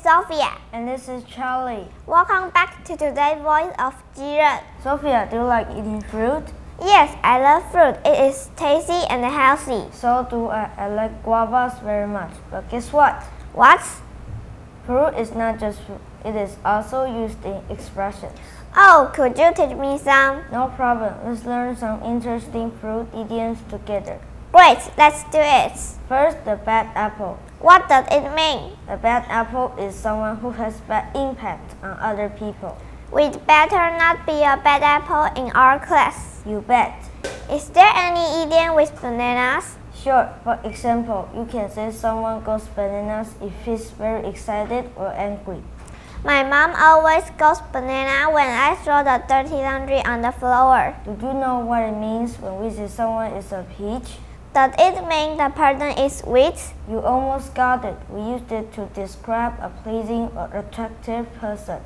Sophia. And this is Charlie. Welcome back to today's Voice of Jiren. Sophia, do you like eating fruit? Yes, I love fruit. It is tasty and healthy. So do I. I like guavas very much. But guess what? What? Fruit is not just fruit. It is also used in expressions. Oh, could you teach me some? No problem. Let's learn some interesting fruit idioms together. Great, let's do it. First, the bad apple. What does it mean? A bad apple is someone who has bad impact on other people. We'd better not be a bad apple in our class. You bet. Is there any idiom with bananas? Sure, for example, you can say someone goes bananas if he's very excited or angry. My mom always goes banana when I throw the dirty laundry on the floor. Do you know what it means when we say someone is a peach? Does it mean the person is sweet? You almost got it. We used it to describe a pleasing or attractive person.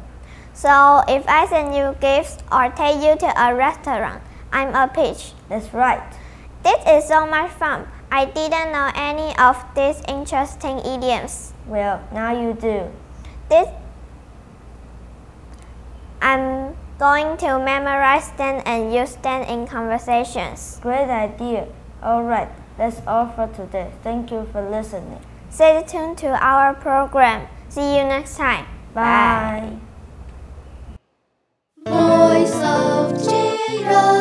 So if I send you gifts or take you to a restaurant, I'm a peach. That's right. This is so much fun. I didn't know any of these interesting idioms. Well, now you do. This I'm going to memorize them and use them in conversations. Great idea. All right, that's all for today. Thank you for listening. Stay tuned to our program. See you next time. Bye. Voice of Jiro.